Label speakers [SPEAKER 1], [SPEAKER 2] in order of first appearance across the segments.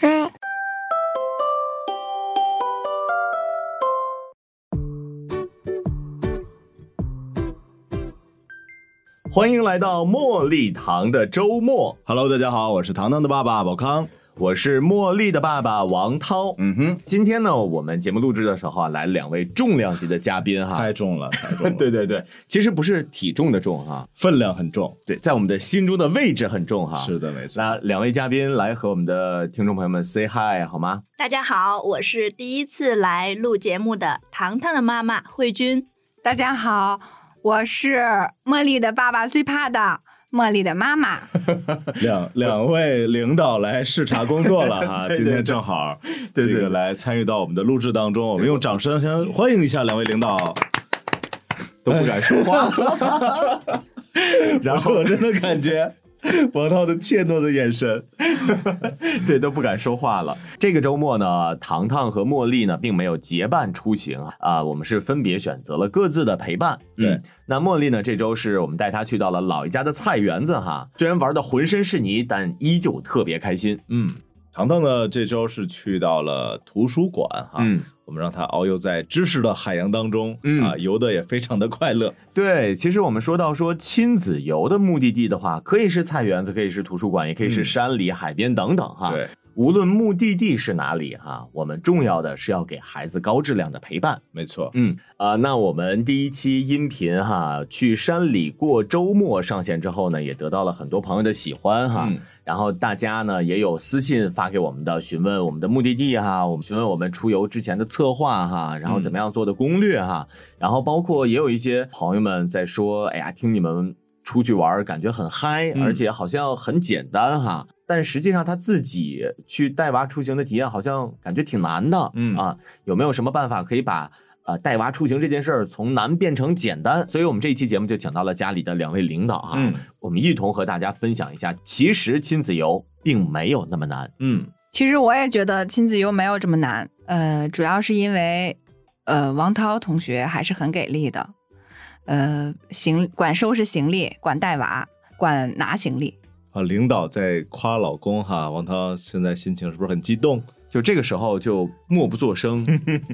[SPEAKER 1] 哎，
[SPEAKER 2] 欢迎来到茉莉糖的周末，
[SPEAKER 3] Hello，大家好，哦我是糖糖的爸爸宝康。
[SPEAKER 2] 我是茉莉的爸爸王涛。
[SPEAKER 3] 嗯哼，
[SPEAKER 2] 今天呢，我们节目录制的时候啊，来两位重量级的嘉宾哈。
[SPEAKER 3] 太 重了，太重了，
[SPEAKER 2] 对，对对，其实不是体重的重哈，
[SPEAKER 3] 分量很重。
[SPEAKER 2] 对，在我们的心中的位置很重哈。
[SPEAKER 3] 是的，没错。
[SPEAKER 2] 那两位嘉宾来和我们的听众朋友们 say hi 好吗？
[SPEAKER 4] 大家好，我是第一次来录节目的糖糖的妈妈慧君。
[SPEAKER 5] 大家好，我是茉莉的爸爸最怕的茉莉的妈妈。
[SPEAKER 3] 两两位领导来视察工作了哈，
[SPEAKER 2] 对对
[SPEAKER 3] 今天正好
[SPEAKER 2] 对对
[SPEAKER 3] 这个来参与到我们的录制当中，我们用掌声先欢迎一下两位领导。
[SPEAKER 2] 都不敢说 话。 然后
[SPEAKER 3] 我真的感觉 王涛的怯懦的眼神，
[SPEAKER 2] 对，都不敢说话了。这个周末呢，糖糖和茉莉呢，并没有结伴出行啊，啊，我们是分别选择了各自的陪伴。
[SPEAKER 3] 对
[SPEAKER 2] 嗯那茉莉呢，这周是我们带她去到了老姨家的菜园子哈，虽然玩的浑身是泥，但依旧特别开心。嗯
[SPEAKER 3] 糖糖呢这周是去到了图书馆哈。
[SPEAKER 2] 嗯，
[SPEAKER 3] 我们让他遨游在知识的海洋当中，
[SPEAKER 2] 嗯
[SPEAKER 3] 啊，游的也非常的快乐。
[SPEAKER 2] 对，其实我们说到说亲子游的目的地的话，可以是菜园子，可以是图书馆，也可以是
[SPEAKER 3] 嗯
[SPEAKER 2] 山里、海边等等哈。
[SPEAKER 3] 对，
[SPEAKER 2] 无论目的地是哪里哈、我们重要的是要给孩子高质量的陪伴。
[SPEAKER 3] 没错，
[SPEAKER 2] 嗯啊、那我们第一期音频哈，去山里过周末上线之后呢，也得到了很多朋友的喜欢哈。
[SPEAKER 3] 嗯
[SPEAKER 2] 然后大家呢也有私信发给我们的，询问我们的目的地哈，我们询问我们出游之前的策划哈，然后
[SPEAKER 3] 嗯
[SPEAKER 2] 怎么样做的攻略哈，然后包括也有一些朋友们在说，哎呀，听你们出去玩儿感觉很嗨，
[SPEAKER 3] 嗯
[SPEAKER 2] 而且好像很简单哈。但实际上他自己去带娃出行的体验好像感觉挺难的，
[SPEAKER 3] 嗯
[SPEAKER 2] 啊，有没有什么办法可以把呃带娃出行这件事儿从难变成简单？所以我们这一期节目就请到了家里的两位领导哈，
[SPEAKER 3] 嗯
[SPEAKER 2] 我们一同和大家分享一下，其实亲子游并没有那么难。
[SPEAKER 3] 嗯，
[SPEAKER 5] 其实我也觉得亲子游没有这么难，呃，主要是因为，呃，王涛同学还是很给力的，呃，行管收拾行李，管带娃，管拿行李。
[SPEAKER 3] 啊，领导在夸老公哈，王涛现在心情是不是很激动？
[SPEAKER 2] 就这个时候就默不作 声，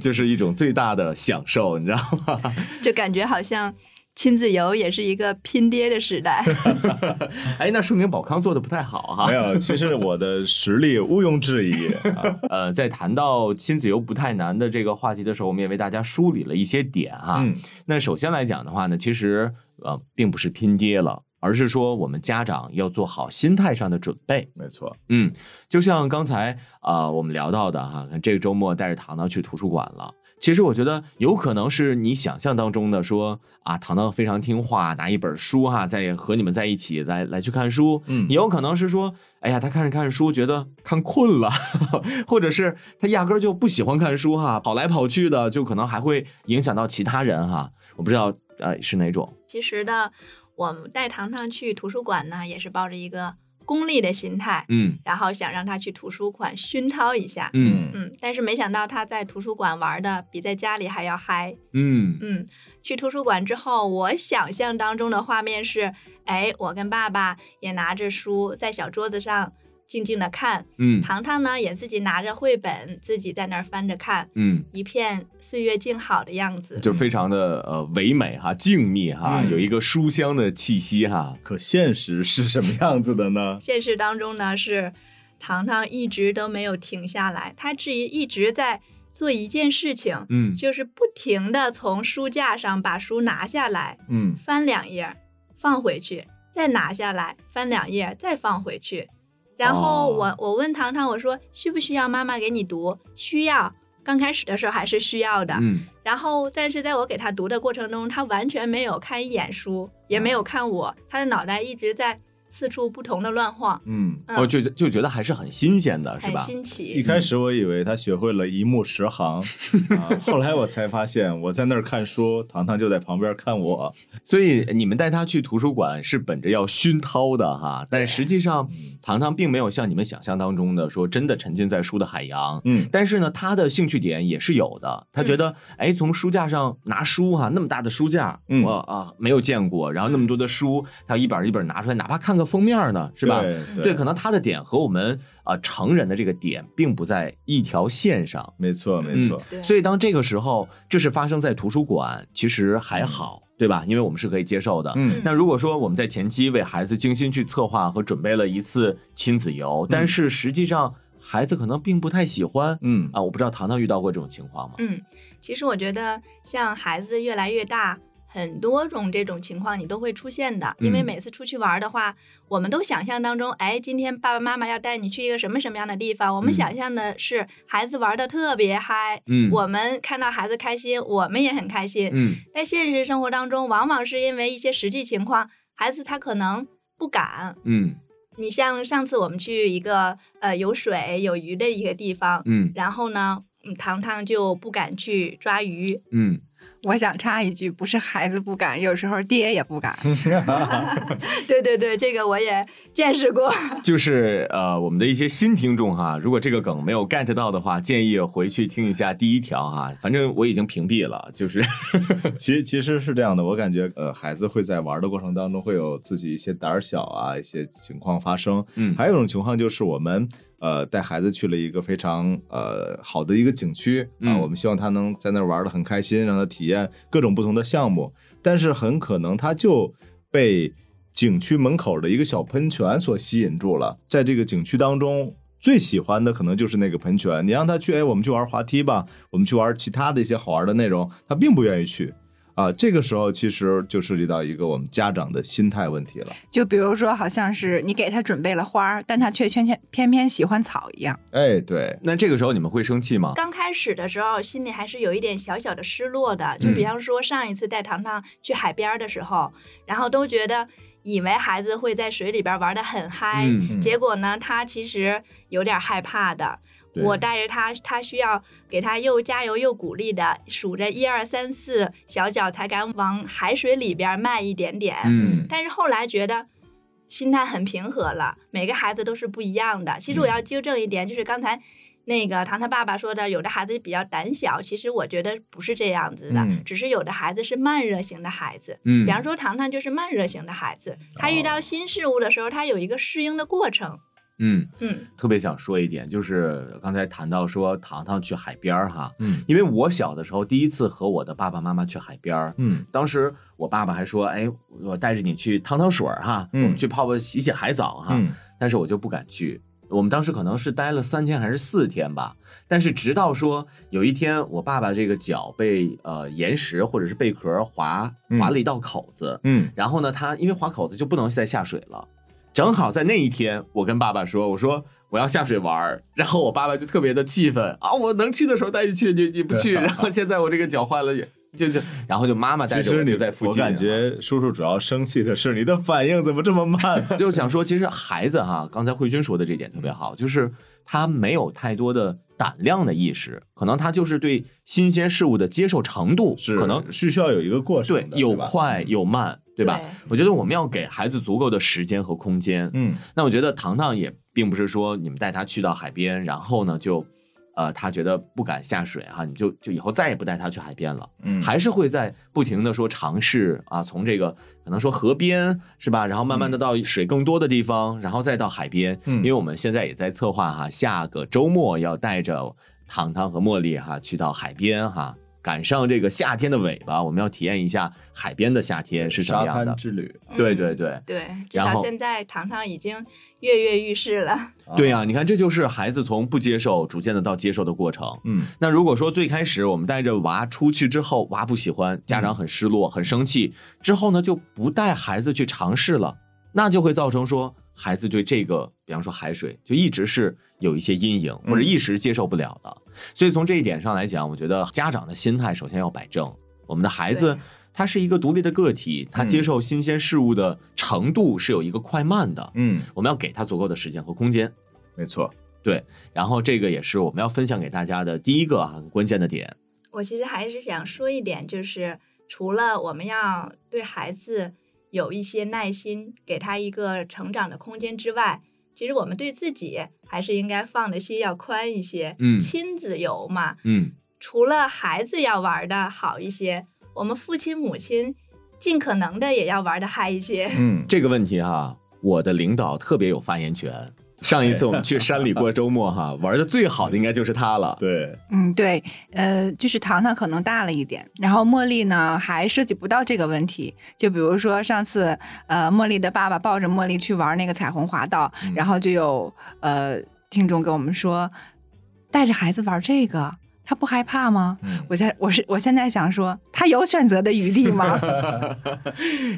[SPEAKER 2] 就是一种最大的享受，你知道吗？
[SPEAKER 4] 就感觉好像亲子游也是一个拼爹的时代。
[SPEAKER 2] 哎，那说明宝康做的不太好哈
[SPEAKER 3] 没。有，其实我的实力毋庸置疑啊。
[SPEAKER 2] 呃，在谈到亲子游不太难的这个话题的时候，我们也为大家梳理了一些点哈。
[SPEAKER 3] 嗯
[SPEAKER 2] 那首先来讲的话呢，其实呃，并不是拼爹了，而是说我们家长要做好心态上的准备。
[SPEAKER 3] 没错，
[SPEAKER 2] 嗯，就像刚才啊、呃我们聊到的哈，这个周末带着糖糖去图书馆了。其实我觉得有可能是你想象当中的说啊，糖糖非常听话，拿一本书哈，在和你们在一起来来去看书。
[SPEAKER 3] 嗯
[SPEAKER 2] 也有可能是说，哎呀，他看着看着书，觉得看困了， 或者是他压根儿就不喜欢看书哈，跑来跑去的，就可能还会影响到其他人哈。我不知道呃是哪种。
[SPEAKER 4] 其实呢，我们带糖糖去图书馆呢，也是抱着一个功利的心态，
[SPEAKER 2] 嗯
[SPEAKER 4] 然后想让他去图书馆熏陶一下。
[SPEAKER 2] 嗯
[SPEAKER 4] 嗯，但是没想到他在图书馆玩的比在家里还要嗨。
[SPEAKER 2] 嗯
[SPEAKER 4] 嗯，去图书馆之后，我想象当中的画面是，哎，我跟爸爸也拿着书在小桌子上静静的看，
[SPEAKER 2] 嗯
[SPEAKER 4] 糖糖呢也自己拿着绘本，自己在那儿翻着看，
[SPEAKER 2] 嗯，
[SPEAKER 4] 一片岁月静好的样子。
[SPEAKER 2] 就非常的呃唯美哈，静谧哈，
[SPEAKER 3] 嗯
[SPEAKER 2] 有一个书香的气息哈。
[SPEAKER 3] 可现实是什么样子的呢？
[SPEAKER 4] 现实当中呢，是糖糖一直都没有停下来，他至于一直在做一件事情，
[SPEAKER 2] 嗯
[SPEAKER 4] 就是不停的从书架上把书拿下来，
[SPEAKER 3] 嗯，
[SPEAKER 4] 翻两页，放回去，再拿下来，翻两页，再放回去。然后我、我问糖糖，我说需不需要妈妈给你读？需要，刚开始的时候还是需要的。
[SPEAKER 2] 嗯
[SPEAKER 4] 然后，但是在我给他
[SPEAKER 2] 哦
[SPEAKER 4] 读的过程中，他完全没有看一眼书，也没有看我，他的脑袋一直在四处不同的乱晃，
[SPEAKER 2] 嗯，
[SPEAKER 4] 嗯
[SPEAKER 2] 我就就觉得还是很新鲜的，是
[SPEAKER 4] 很
[SPEAKER 2] 吧？
[SPEAKER 4] 新
[SPEAKER 3] 一
[SPEAKER 4] 奇。
[SPEAKER 3] 开始我以为他学会了一目十行，啊，后来我才发现我在那儿看书，糖糖就在旁边看我。
[SPEAKER 2] 所以你们带他去图书馆是本着要熏陶的哈，但实际上糖糖并没有像你们想象当中的说真的沉浸在书的海洋。
[SPEAKER 3] 嗯，
[SPEAKER 2] 但是呢，他的兴趣点也是有的。他
[SPEAKER 4] 嗯
[SPEAKER 2] 觉得，哎，从书架上拿书哈、那么大的书架，
[SPEAKER 3] 嗯
[SPEAKER 2] 我啊没有见过，然后那么多的书，他一本一本拿出来，哪怕看个封面呢，是吧？
[SPEAKER 3] 对
[SPEAKER 2] 对，可能他的点和我们啊、呃成人的这个点并不在一条线上。嗯
[SPEAKER 3] 没错没错。
[SPEAKER 4] 对，
[SPEAKER 2] 所以当这个时候，这是发生在图书馆，其实还好，对吧？因为我们是可以接受的。
[SPEAKER 3] 嗯
[SPEAKER 2] 那如果说我们在前期为孩子精心去策划和准备了一次亲子游，但是实际上孩子可能并不太喜欢
[SPEAKER 3] 嗯
[SPEAKER 2] 啊，我不知道糖糖遇到过这种情况吗？
[SPEAKER 4] 嗯，其实我觉得像孩子越来越大，很多种这种情况你都会出现的。因为
[SPEAKER 2] 嗯
[SPEAKER 4] 每次出去玩儿的话，我们都想象当中，哎，今天爸爸妈妈要带你去一个什么什么样的地方。我们
[SPEAKER 2] 嗯
[SPEAKER 4] 想象的是孩子玩的特别嗨，
[SPEAKER 2] 嗯
[SPEAKER 4] 我们看到孩子开心，我们也很开心。
[SPEAKER 2] 嗯
[SPEAKER 4] 在现实生活当中，往往是因为一些实际情况，孩子他可能不敢。
[SPEAKER 2] 嗯
[SPEAKER 4] 你像上次我们去一个呃有水有鱼的一个地方，
[SPEAKER 2] 嗯
[SPEAKER 4] 然后呢，嗯，糖糖就不敢去抓鱼。
[SPEAKER 2] 嗯，
[SPEAKER 5] 我想插一句，不是孩子不敢，有时候爹也不敢。
[SPEAKER 4] 对对对，这个我也见识过。
[SPEAKER 2] 就是呃，我们的一些新听众哈，如果这个梗没有 get 到的话，建议回去听一下第一条哈，反正我已经屏蔽了，就是
[SPEAKER 3] 其其实是这样的，我感觉呃，孩子会在玩的过程当中会有自己一些胆儿小啊，一些情况发生。
[SPEAKER 2] 嗯
[SPEAKER 3] 还有一种情况就是我们呃带孩子去了一个非常呃好的一个景区啊、
[SPEAKER 2] 嗯，
[SPEAKER 3] 我们希望他能在那儿玩的很开心，让他体验各种不同的项目，但是很可能他就被景区门口的一个小喷泉所吸引住了，在这个景区当中。最喜欢的可能就是那个喷泉，你让他去，哎，我们去玩滑梯吧，我们去玩其他的一些好玩的内容，他并不愿意去，啊，这个时候其实就涉及到一个我们家长的心态问题了。
[SPEAKER 5] 就比如说，好像是你给他准备了花儿，但他却偏偏偏偏喜欢草一样。
[SPEAKER 3] 哎，对
[SPEAKER 2] 那这个时候你们会生气吗？
[SPEAKER 4] 刚开始的时候，心里还是有一点小小的失落的。就比
[SPEAKER 2] 嗯
[SPEAKER 4] 方说上一次带糖糖去海边儿的时候，然后都觉得以为孩子会在水里边儿玩的很嗨，
[SPEAKER 2] 嗯
[SPEAKER 4] 结果呢，他其实有点害怕的。
[SPEAKER 2] 对
[SPEAKER 4] 我带着他，他需要给他又加油又鼓励的，数着一二三四，小脚才敢往海水里边迈一点点。
[SPEAKER 2] 嗯
[SPEAKER 4] 但是后来觉得心态很平和了，每个孩子都是不一样的。
[SPEAKER 2] 嗯
[SPEAKER 4] 其实我要纠正一点，就是刚才那个糖糖爸爸说的，有的孩子比较胆小，其实我觉得不是这样子的，
[SPEAKER 3] 嗯
[SPEAKER 4] 只是有的孩子是慢热型的孩子。
[SPEAKER 2] 嗯，哦
[SPEAKER 4] 比方说，糖糖就是慢热型的孩子，他遇到新事物的时候，他有一个适应的过程。
[SPEAKER 2] 嗯。
[SPEAKER 4] 嗯，
[SPEAKER 2] 特别想说一点，就是刚才谈到说糖糖去海边儿哈，
[SPEAKER 3] 嗯
[SPEAKER 2] 因为我小的时候第一次和我的爸爸妈妈去海边儿，
[SPEAKER 3] 嗯
[SPEAKER 2] 当时我爸爸还说，哎，我带着你去趟趟水儿哈，
[SPEAKER 3] 嗯
[SPEAKER 2] 我们去泡泡洗洗海澡哈，
[SPEAKER 3] 嗯
[SPEAKER 2] 但是我就不敢去。我们当时可能是待了三天还是四天吧，但是直到说有一天我爸爸这个脚被呃岩石或者是贝壳划划了一道口子，
[SPEAKER 3] 嗯
[SPEAKER 2] 然后呢，他因为划口子就不能再下水了。正好在那一天，我跟爸爸说：“我说我要下水玩儿。”然后我爸爸就特别的气愤啊！我能去的时候带你去，你你不 去，然后现在我这个脚坏了也。就就，然后就妈妈带
[SPEAKER 3] 其
[SPEAKER 2] 着我
[SPEAKER 3] 实你
[SPEAKER 2] 就在附
[SPEAKER 3] 我
[SPEAKER 2] 近，
[SPEAKER 3] 感觉叔叔主要生气的是你的反应怎么这么慢？
[SPEAKER 2] 就想说，其实孩子哈，刚才慧君说的这点特别好，就是他没有太多的胆量的意识，可能他就是对新鲜事物的接受程度
[SPEAKER 3] 是
[SPEAKER 2] 可能
[SPEAKER 3] 是需要有一个过程
[SPEAKER 2] 对
[SPEAKER 3] 的，
[SPEAKER 2] 有
[SPEAKER 3] 对吧嗯
[SPEAKER 2] 快有慢，对吧
[SPEAKER 4] 对？
[SPEAKER 2] 我觉得我们要给孩子足够的时间和空间，
[SPEAKER 3] 嗯
[SPEAKER 2] 那我觉得糖糖也并不是说你们带他去到海边，然后呢就，呃，他觉得不敢下水哈、你就就以后再也不带他去海边了，
[SPEAKER 3] 嗯
[SPEAKER 2] 还是会在不停的说尝试啊，从这个可能说河边是吧，然后慢慢的到水更多的地方，然后再到海边，
[SPEAKER 3] 嗯
[SPEAKER 2] 因为我们现在也在策划哈、下个周末要带着糖糖和茉莉哈、去到海边哈、赶上这个夏天的尾巴，我们要体验一下海边的夏天是什么
[SPEAKER 3] 沙
[SPEAKER 2] 样的
[SPEAKER 3] 滩。之旅，
[SPEAKER 2] 对
[SPEAKER 4] 嗯
[SPEAKER 2] 对对，
[SPEAKER 4] 对，至
[SPEAKER 2] 然
[SPEAKER 4] 少
[SPEAKER 2] 后
[SPEAKER 4] 现在糖糖已经跃跃欲试了。
[SPEAKER 2] 对呀、你看，这就是孩子从不接受逐渐的到接受的过程。
[SPEAKER 3] 嗯
[SPEAKER 2] 那如果说最开始我们带着娃出去之后，娃不喜欢，家长很失落、很生气，之后呢就不带孩子去尝试了，那就会造成说孩子对这个，比方说海水，就一直是有一些阴影，或者一时接受不了的。所以从这一点上来讲，我觉得家长的心态首先要摆正。我们的孩子
[SPEAKER 4] 对
[SPEAKER 2] 它是一个独立的个体，它接受新鲜事物的程度是有一个快慢的，
[SPEAKER 3] 嗯，
[SPEAKER 2] 我们要给它足够的时间和空间。
[SPEAKER 3] 没错，
[SPEAKER 2] 对，然后这个也是我们要分享给大家的第一个啊很关键的点。
[SPEAKER 4] 我其实还是想说一点，就是除了我们要对孩子有一些耐心，给他一个成长的空间之外，其实我们对自己还是应该放的心要宽一些。
[SPEAKER 2] 嗯
[SPEAKER 4] 亲子游嘛，
[SPEAKER 2] 嗯，
[SPEAKER 4] 除了孩子要玩的好一些，我们父亲母亲尽可能的也要玩的嗨一些。
[SPEAKER 3] 嗯，
[SPEAKER 2] 这个问题哈、我的领导特别有发言权。上一次我们去山里过周末 哈、玩的最好的应该就是他了。
[SPEAKER 3] 对，
[SPEAKER 5] 嗯，对，呃，就是糖糖可能大了一点，然后茉莉呢还涉及不到这个问题。就比如说上次，呃，茉莉的爸爸抱着茉莉去玩那个彩虹滑道，
[SPEAKER 2] 嗯
[SPEAKER 5] 然后就有呃听众跟我们说，带着孩子玩这个，他不害怕吗？
[SPEAKER 3] 嗯
[SPEAKER 5] 我现我是我现在想说，他有选择的余地吗？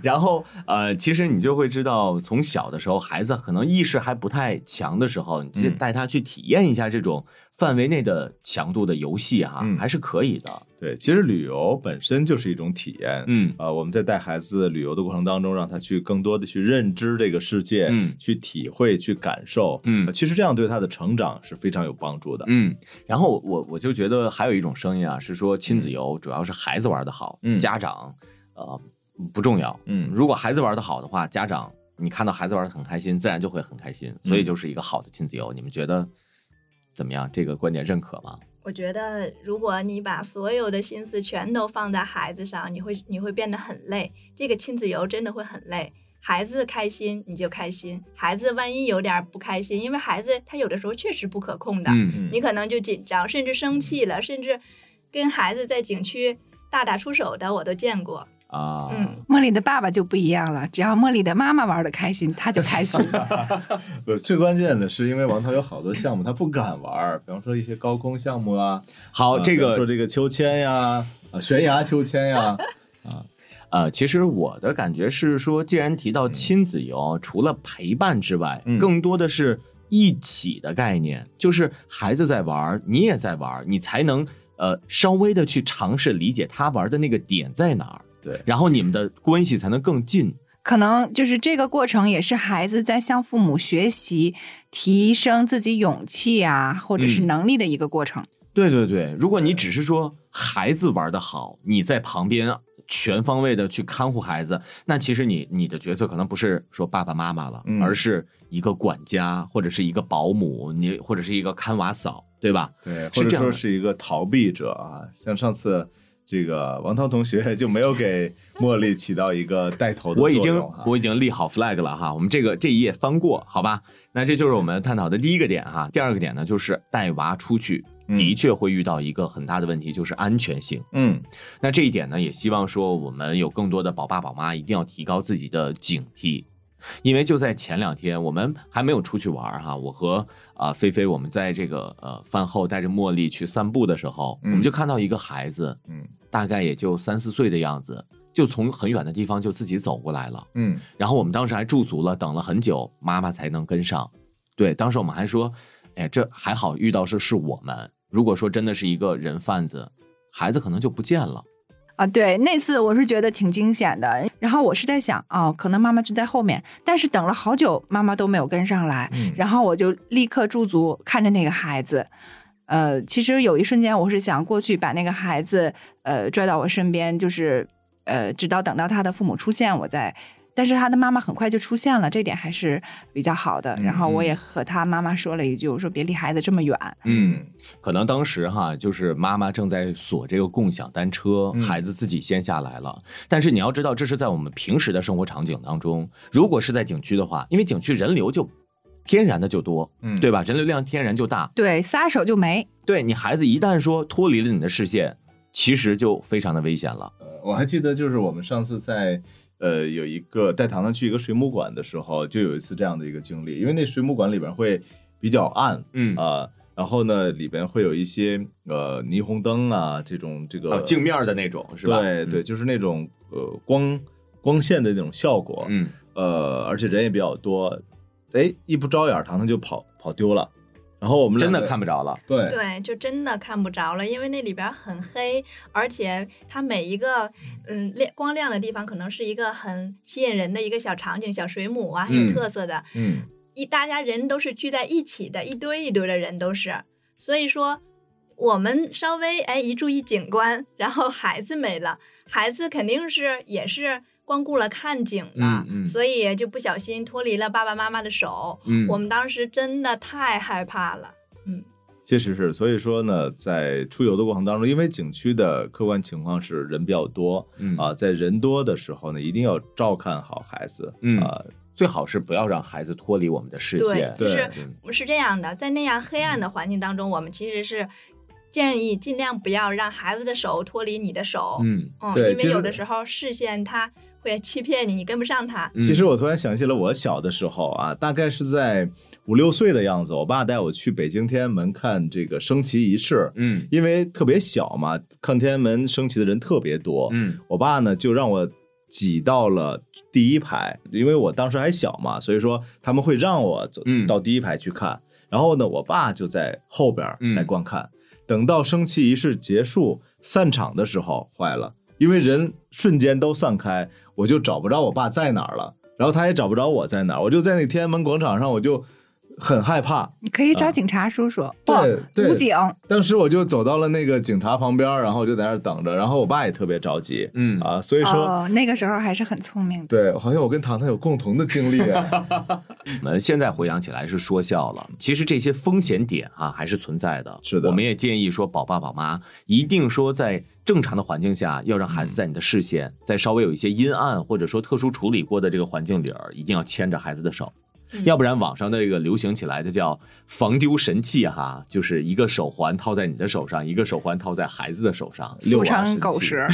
[SPEAKER 2] 然后呃，其实你就会知道，从小的时候，孩子可能意识还不太强的时候，你就
[SPEAKER 3] 嗯
[SPEAKER 2] 带他去体验一下这种范围内的强度的游戏哈、
[SPEAKER 3] 嗯
[SPEAKER 2] 还是可以的。
[SPEAKER 3] 对，其实旅游本身就是一种体验，
[SPEAKER 2] 嗯
[SPEAKER 3] 呃，我们在带孩子旅游的过程当中，让他去更多的去认知这个世界，
[SPEAKER 2] 嗯
[SPEAKER 3] 去体会、去感受，
[SPEAKER 2] 嗯
[SPEAKER 3] 呃其实这样对他的成长是非常有帮助的。
[SPEAKER 2] 嗯，然后我我就觉得还有一种声音啊，是说亲子游主要是孩子玩的好，
[SPEAKER 3] 嗯
[SPEAKER 2] 家长呃不重要。
[SPEAKER 3] 嗯
[SPEAKER 2] 如果孩子玩的好的话，家长你看到孩子玩的很开心，自然就会很开心，所以
[SPEAKER 3] 嗯
[SPEAKER 2] 就是一个好的亲子游。你们觉得怎么样？这个观点认可吗？
[SPEAKER 4] 我觉得，如果你把所有的心思全都放在孩子上，你会你会变得很累。这个亲子游真的会很累。孩子开心你就开心，孩子万一有点不开心，因为孩子他有的时候确实不可控的，
[SPEAKER 2] 嗯
[SPEAKER 4] 你可能就紧张，甚至生气了，甚至跟孩子在景区大打出手的我都见过。
[SPEAKER 2] 啊，
[SPEAKER 4] 嗯，
[SPEAKER 5] 茉莉的爸爸就不一样了，只要茉莉的妈妈玩的开心，他就开心。
[SPEAKER 3] 不是，最关键的是，因为王涛有好多项目他不敢玩儿，比方说一些高空项目啊，
[SPEAKER 2] 好，
[SPEAKER 3] 啊
[SPEAKER 2] 哦这
[SPEAKER 3] 比方
[SPEAKER 2] 个
[SPEAKER 3] 说这个秋千呀、啊悬崖秋 千呀，
[SPEAKER 2] 呃，其实我的感觉是说，既然提到亲子游，除了陪伴之外，
[SPEAKER 3] 嗯
[SPEAKER 2] 更多的是一起的概念，就是孩子在玩儿，你也在玩儿，你才能呃稍微的去尝试理解他玩的那个点在哪儿，
[SPEAKER 3] 对
[SPEAKER 2] 然后你们的关系才能更近。
[SPEAKER 5] 可能就是这个过程，也是孩子在向父母学习、提升自己勇气啊，或者是
[SPEAKER 2] 嗯
[SPEAKER 5] 能力的一个过程。
[SPEAKER 2] 对对对，如果你只是说孩子玩的好，你在旁边全方位的去看护孩子，那其实你你的角色可能不是说爸爸妈妈了，
[SPEAKER 3] 嗯
[SPEAKER 2] 而是一个管家或者是一个保姆，你或者是一个看娃嫂，对吧？
[SPEAKER 3] 对，
[SPEAKER 2] 是
[SPEAKER 3] 或
[SPEAKER 2] 这
[SPEAKER 3] 者
[SPEAKER 2] 样
[SPEAKER 3] 说
[SPEAKER 2] 的
[SPEAKER 3] 是一个逃避者啊，像上次。这个王涛同学 就没有给茉莉起到一个带头的
[SPEAKER 2] 我
[SPEAKER 3] 作
[SPEAKER 2] 已经
[SPEAKER 3] 用啊。
[SPEAKER 2] 我已经立好 flag 了哈，我们这个这一页翻过，好吧？那这就是我们探讨的第一个点哈。第二个点呢，就是带娃出去，
[SPEAKER 3] 嗯
[SPEAKER 2] 的确会遇到一个很大的问题，就是安全性。
[SPEAKER 3] 嗯，
[SPEAKER 2] 那这一点呢，也希望说我们有更多的宝爸宝妈一定要提高自己的警惕，因为就在前两天，我们还没有出去玩儿哈，我和啊、菲菲，我们在这个呃饭后带着茉莉去散步的时候，
[SPEAKER 3] 嗯
[SPEAKER 2] 我们就看到一个孩子，
[SPEAKER 3] 嗯
[SPEAKER 2] 大概也就三四岁的样子，就从很远的地方就自己走过来了。
[SPEAKER 3] 嗯
[SPEAKER 2] 然后我们当时还驻足了，等了很久，妈妈才能跟上。对，当时我们还说，哎，这还好遇到是是我们，如果说真的是一个人贩子，孩子可能就不见了。
[SPEAKER 5] 啊，对，那次我是觉得挺惊险的。然后我是在想，哦，可能妈妈就在后面，但是等了好久，妈妈都没有跟上来。
[SPEAKER 3] 嗯
[SPEAKER 5] 然后我就立刻驻足看着那个孩子。呃，其实有一瞬间我是想过去把那个孩子呃拽到我身边，就是呃，直到等到他的父母出现，我再。但是他的妈妈很快就出现了，这点还是比较好的。然后我也和他妈妈说了一句，我说别离孩子这么远。
[SPEAKER 2] 嗯，可能当时哈，就是妈妈正在锁这个共享单车，
[SPEAKER 3] 嗯
[SPEAKER 2] 孩子自己先下来了。但是你要知道，这是在我们平时的生活场景当中，如果是在景区的话，因为景区人流就天然的就多，
[SPEAKER 3] 嗯
[SPEAKER 2] 对吧？人流量天然就大，
[SPEAKER 5] 对，撒手就没。
[SPEAKER 2] 对你孩子一旦说脱离了你的视线，其实就非常的危险了。
[SPEAKER 3] 呃我还记得就是我们上次在呃有一个带糖糖去一个水母馆的时候，就有一次这样的一个经历，因为那水母馆里边会比较暗
[SPEAKER 2] 嗯
[SPEAKER 3] 啊、然后呢里边会有一些呃霓虹灯啊这种这个、
[SPEAKER 2] 哦镜面儿的那种是吧？
[SPEAKER 3] 对
[SPEAKER 2] 嗯
[SPEAKER 3] 对，，就是那种呃光光线的那种效果，
[SPEAKER 2] 嗯
[SPEAKER 3] 呃，而且人也比较多，哎，一不招眼儿，糖糖就跑跑丢了，然后我们
[SPEAKER 2] 真
[SPEAKER 3] 两
[SPEAKER 2] 的
[SPEAKER 3] 个
[SPEAKER 2] 看不着了。
[SPEAKER 3] 对
[SPEAKER 4] 对，就真的看不着了，因为那里边很黑，而且它每一个嗯亮光亮的地方，可能是一个很吸引人的一个小场景、小水母啊，很
[SPEAKER 2] 嗯
[SPEAKER 4] 有特色的。
[SPEAKER 2] 嗯
[SPEAKER 4] 一大家人都是聚在一起的，一堆一堆的人都是，所以说我们稍微哎一注意景观，然后孩子没了，孩子肯定是也是光顾了看景了，
[SPEAKER 2] 嗯嗯
[SPEAKER 4] 所以就不小心脱离了爸爸妈妈的手。
[SPEAKER 2] 嗯，
[SPEAKER 4] 我们当时真的太害怕了，
[SPEAKER 3] 确实是，所以说呢，在出游的过程当中，因为景区的客观情况是人比较多
[SPEAKER 2] 嗯
[SPEAKER 3] 啊，在人多的时候呢，一定要照看好孩子
[SPEAKER 2] 嗯
[SPEAKER 3] 啊，
[SPEAKER 2] 最好是不要让孩子脱离我们的视线。
[SPEAKER 4] 就
[SPEAKER 3] 对
[SPEAKER 4] 是
[SPEAKER 2] 嗯
[SPEAKER 4] 是这样的，在那样黑暗的环境当中，我们其实是建议尽量不要让孩子的手脱离你的手，
[SPEAKER 2] 嗯，
[SPEAKER 4] 嗯，
[SPEAKER 3] 对
[SPEAKER 4] 因
[SPEAKER 3] 其
[SPEAKER 4] 为
[SPEAKER 3] 实
[SPEAKER 4] 有的时候视线它会欺骗你，你跟不上它。
[SPEAKER 2] 嗯
[SPEAKER 3] 其实我突然想起了我小的时候啊，大概是在五六岁的样子，我爸带我去北京天安门看这个升旗仪式，
[SPEAKER 2] 嗯
[SPEAKER 3] 因为特别小嘛，看天安门升旗的人特别多，
[SPEAKER 2] 嗯
[SPEAKER 3] 我爸呢就让我挤到了第一排，因为我当时还小嘛，所以说他们会让我走
[SPEAKER 2] 嗯
[SPEAKER 3] 到第一排去看。然后呢，我爸就在后边儿
[SPEAKER 2] 嗯
[SPEAKER 3] 来观看。等到升旗仪式结束散场的时候，坏了，因为人瞬间都散开，我就找不着我爸在哪儿了，然后他也找不着我在哪儿，我就在那天安门广场上，我就很害怕。
[SPEAKER 5] 你可以找警察叔叔，不
[SPEAKER 3] 对对
[SPEAKER 5] 武警，
[SPEAKER 3] 当时我就走到了那个警察旁边儿，然后我就在那儿等着，然后我爸也特别着急。
[SPEAKER 2] 嗯
[SPEAKER 3] 啊，所以说、
[SPEAKER 5] 哦，那个时候还是很聪明的。
[SPEAKER 3] 对，好像我跟糖糖有共同的经历啊。
[SPEAKER 2] 我们现在回想起来是说笑了，其实这些风险点哈、还是存在的。
[SPEAKER 3] 是的
[SPEAKER 2] 我们也建议说，宝爸宝妈一定说在正常的环境下，要让孩
[SPEAKER 3] 嗯
[SPEAKER 2] 子在你的视线，在稍微有一些阴暗或者说特殊处理过的这个环境里儿，一定要牵着孩子的手。
[SPEAKER 4] 嗯
[SPEAKER 2] 要不然网上那个流行起来的叫“防丢神器”哈，就是一个手环套在你的手上，一个手环套在孩子的手上，六
[SPEAKER 5] 俗
[SPEAKER 2] 娃
[SPEAKER 5] 称
[SPEAKER 2] 神器
[SPEAKER 5] 狗食，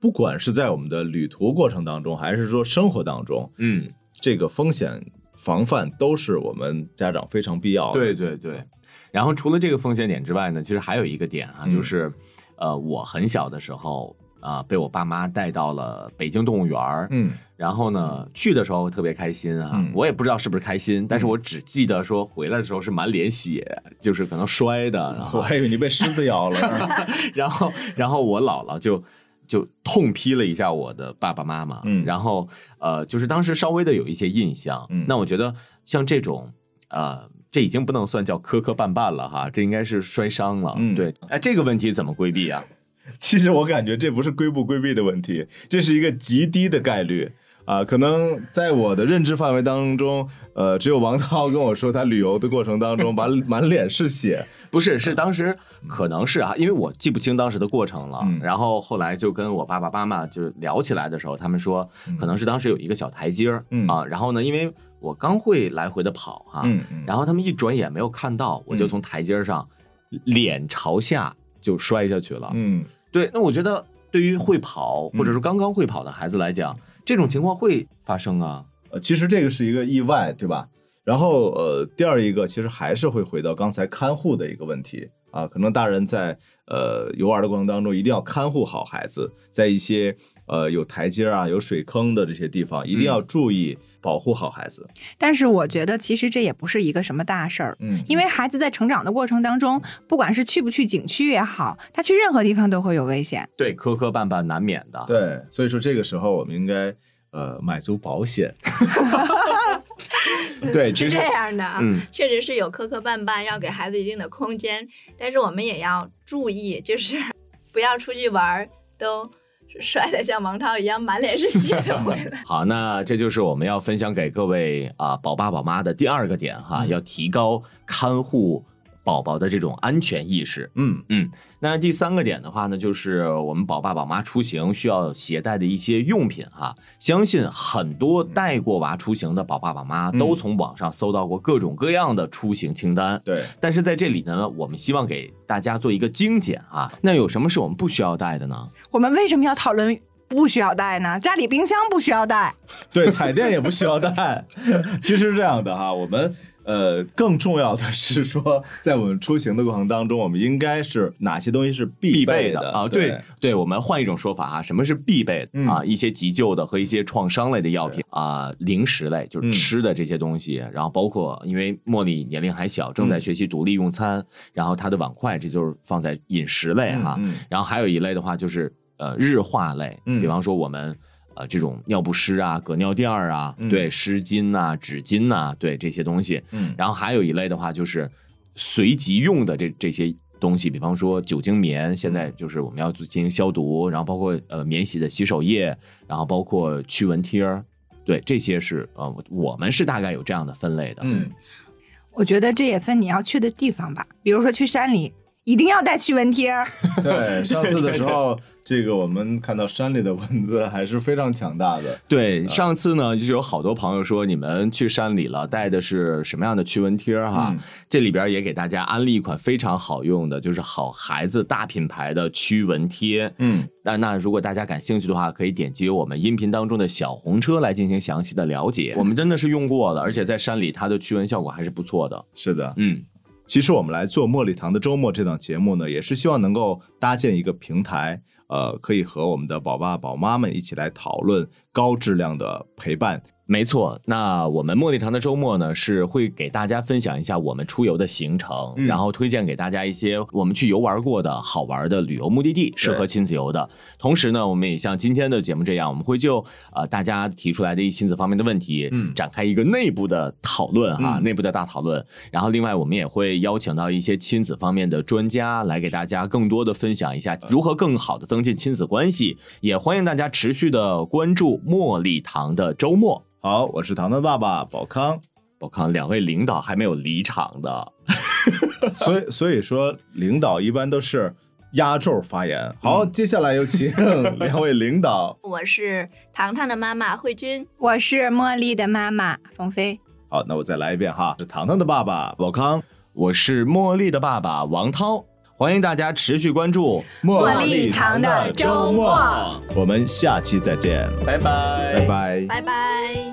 [SPEAKER 3] 不管是在我们的旅途过程当中，还是说生活当中，
[SPEAKER 2] 嗯，
[SPEAKER 3] 这个风险防范都是我们家长非常必要的。
[SPEAKER 2] 对对对。然后除了这个风险点之外呢，其实还有一个点啊，
[SPEAKER 3] 嗯
[SPEAKER 2] 就是、呃，我很小的时候啊、被我爸妈带到了北京动物园儿。
[SPEAKER 3] 嗯，
[SPEAKER 2] 然后呢，去的时候特别开心啊，
[SPEAKER 3] 嗯
[SPEAKER 2] 我也不知道是不是开心，但是我只记得说回来的时候是满脸血，就是可能摔的，然
[SPEAKER 3] 我
[SPEAKER 2] 后
[SPEAKER 3] 还以为你被狮子咬 了。
[SPEAKER 2] 然后然后我姥姥就就痛批了一下我的爸爸妈妈，
[SPEAKER 3] 嗯
[SPEAKER 2] 然后呃，就是当时稍微的有一些印象，
[SPEAKER 3] 嗯
[SPEAKER 2] 那我觉得像这种呃。这已经不能算叫磕磕绊绊了哈，这应该是摔伤了。
[SPEAKER 3] 嗯
[SPEAKER 2] 对，哎，这个问题怎么规避啊？
[SPEAKER 3] 其实我感觉这不是规不规避的问题，这是一个极低的概率。啊，可能在我的认知范围当中，呃，只有王涛跟我说他旅游的过程当中，满 满脸是血，
[SPEAKER 2] 不是，是当时可能是啊，因为我记不清当时的过程了。
[SPEAKER 3] 嗯
[SPEAKER 2] 然后后来就跟我爸爸妈妈就聊起来的时候，他们说
[SPEAKER 3] 嗯
[SPEAKER 2] 可能是当时有一个小台阶儿、
[SPEAKER 3] 嗯
[SPEAKER 2] 啊。然后呢，因为我刚会来回的跑哈、
[SPEAKER 3] 嗯嗯
[SPEAKER 2] 啊然后他们一转眼没有看到，我就从台阶儿上脸朝下就摔下去了。
[SPEAKER 3] 嗯，
[SPEAKER 2] 对，那我觉得对于会跑或者说刚刚会跑的孩子来讲，这种情况会发生啊。
[SPEAKER 3] 呃，其实这个是一个意外，对吧？然后呃，第二一个其实还是会回到刚才看护的一个问题啊，可能大人在呃游玩的过程当中一定要看护好孩子，在一些呃有台阶啊、有水坑的这些地方，一定要
[SPEAKER 5] 嗯
[SPEAKER 3] 注意保护好孩子。
[SPEAKER 5] 但是我觉得其实这也不是一个什么大事儿，
[SPEAKER 3] 嗯
[SPEAKER 5] 因为孩子在成长的过程当中，不管是去不去景区也好，他去任何地方都会有危险。
[SPEAKER 2] 对，磕磕绊绊难免的。
[SPEAKER 3] 对，所以说这个时候我们应该呃买足保险。
[SPEAKER 2] 对，
[SPEAKER 4] 是
[SPEAKER 2] 其实
[SPEAKER 4] 这样的啊，
[SPEAKER 2] 嗯
[SPEAKER 4] 确实是有磕磕绊绊，要给孩子一定的空间，但是我们也要注意，就是 不要出去玩儿都摔得像王涛一样满脸是血的回来。
[SPEAKER 2] 好，那这就是我们要分享给各位啊宝爸宝妈的第二个点哈，
[SPEAKER 3] 嗯
[SPEAKER 2] 要提高看护宝宝的这种安全意识。
[SPEAKER 3] 嗯
[SPEAKER 2] 那第三个点的话呢，就是我们宝爸宝妈出行需要携带的一些用品哈。相信很多带过娃出行的宝爸宝妈
[SPEAKER 3] 嗯
[SPEAKER 2] 都从网上搜到过各种各样的出行清单。
[SPEAKER 3] 对，
[SPEAKER 2] 但是在这里呢，我们希望给大家做一个精简啊。那有什么是我们不需要带的呢？
[SPEAKER 5] 我们为什么要讨论不需要带呢？家里冰箱不需要带，
[SPEAKER 3] 对，彩电也不需要带。其实是这样的哈，我们呃更重要的是说，在我们出行的过程当中，我们应该是哪些东西是必
[SPEAKER 2] 必
[SPEAKER 3] 备
[SPEAKER 2] 备的啊，对
[SPEAKER 3] 对，
[SPEAKER 2] 对，我们换一种说法啊，什么是必备的
[SPEAKER 3] 嗯
[SPEAKER 2] 啊？一些急救的和一些创伤类的药品啊，零食类就是
[SPEAKER 3] 嗯
[SPEAKER 2] 吃的这些东西，然后包括因为茉莉年龄还小，正在
[SPEAKER 3] 嗯
[SPEAKER 2] 学习独立用餐，然后她的碗筷这就是放在饮食类哈，
[SPEAKER 3] 嗯嗯
[SPEAKER 2] 然后还有一类的话就是。呃日化类，
[SPEAKER 3] 嗯
[SPEAKER 2] 比方说我们呃这种尿不湿啊、隔尿垫儿啊，
[SPEAKER 3] 嗯
[SPEAKER 2] 对湿巾呐、纸巾呐、对这些东西。
[SPEAKER 3] 嗯，
[SPEAKER 2] 然后还有一类的话就是随即用的这这些。东西，比方说酒精棉，现
[SPEAKER 3] 嗯
[SPEAKER 2] 在就是我们要进行消毒，然后包括呃免洗的洗手液，然后包括驱蚊贴儿，对，这些是呃我我们是大概有这样的分类的。
[SPEAKER 3] 嗯，
[SPEAKER 5] 我觉得这也分你要去的地方吧，比如说去山里，一定要带驱蚊贴儿。
[SPEAKER 3] 对，上次的时候，这个我们看到山里的蚊子还是非常强大的。
[SPEAKER 2] 对，上次呢，就是有好多朋友说你们去山里了，带的是什么样的驱蚊贴儿哈？
[SPEAKER 3] 嗯
[SPEAKER 2] 这里边也给大家安利一款非常好用的，就是好孩子大品牌的驱蚊贴。
[SPEAKER 3] 嗯，
[SPEAKER 2] 那那如果大家感兴趣的话，可以点击我们音频当中的小红车来进行详细的了解。我们真的是用过的，而且在山里它的驱蚊效果还是不错的。
[SPEAKER 3] 是的。
[SPEAKER 2] 嗯，
[SPEAKER 3] 其实我们来做茉莉堂的周末这档节目呢，也是希望能够搭建一个平台，呃，可以和我们的宝爸宝妈们一起来讨论高质量的陪伴。
[SPEAKER 2] 没错。那我们茉莉堂的周末呢，是会给大家分享一下我们出游的行程，
[SPEAKER 3] 嗯
[SPEAKER 2] 然后推荐给大家一些我们去游玩过的好玩的旅游目的地，适合亲子游的。同时呢，我们也像今天的节目这样，我们会就呃大家提出来的一亲子方面的问题，
[SPEAKER 3] 嗯
[SPEAKER 2] 展开一个内部的讨论哈，
[SPEAKER 3] 嗯
[SPEAKER 2] 内部的大讨论。然后另外我们也会邀请到一些亲子方面的专家来给大家更多的分享一下如何更好的增进亲子关系。也欢迎大家持续的关注茉莉堂的周末。
[SPEAKER 3] 好，我是糖糖爸爸宝康，
[SPEAKER 2] 我看两位领导还没有离场的，
[SPEAKER 3] 所以所以说，领导一般都是压轴发言。好，接下来有请
[SPEAKER 5] 嗯
[SPEAKER 3] 两位领导。
[SPEAKER 4] 我是糖糖的妈妈慧君，
[SPEAKER 5] 我是茉莉的妈妈冯飞，
[SPEAKER 3] 好，那我再来一遍哈，是糖糖的爸爸宝康，
[SPEAKER 2] 我是茉莉的爸爸王涛，欢迎大家持续关注，
[SPEAKER 5] 茉莉堂的周末
[SPEAKER 3] 我们下期再见，
[SPEAKER 2] 拜拜
[SPEAKER 3] 拜拜。
[SPEAKER 4] 拜拜。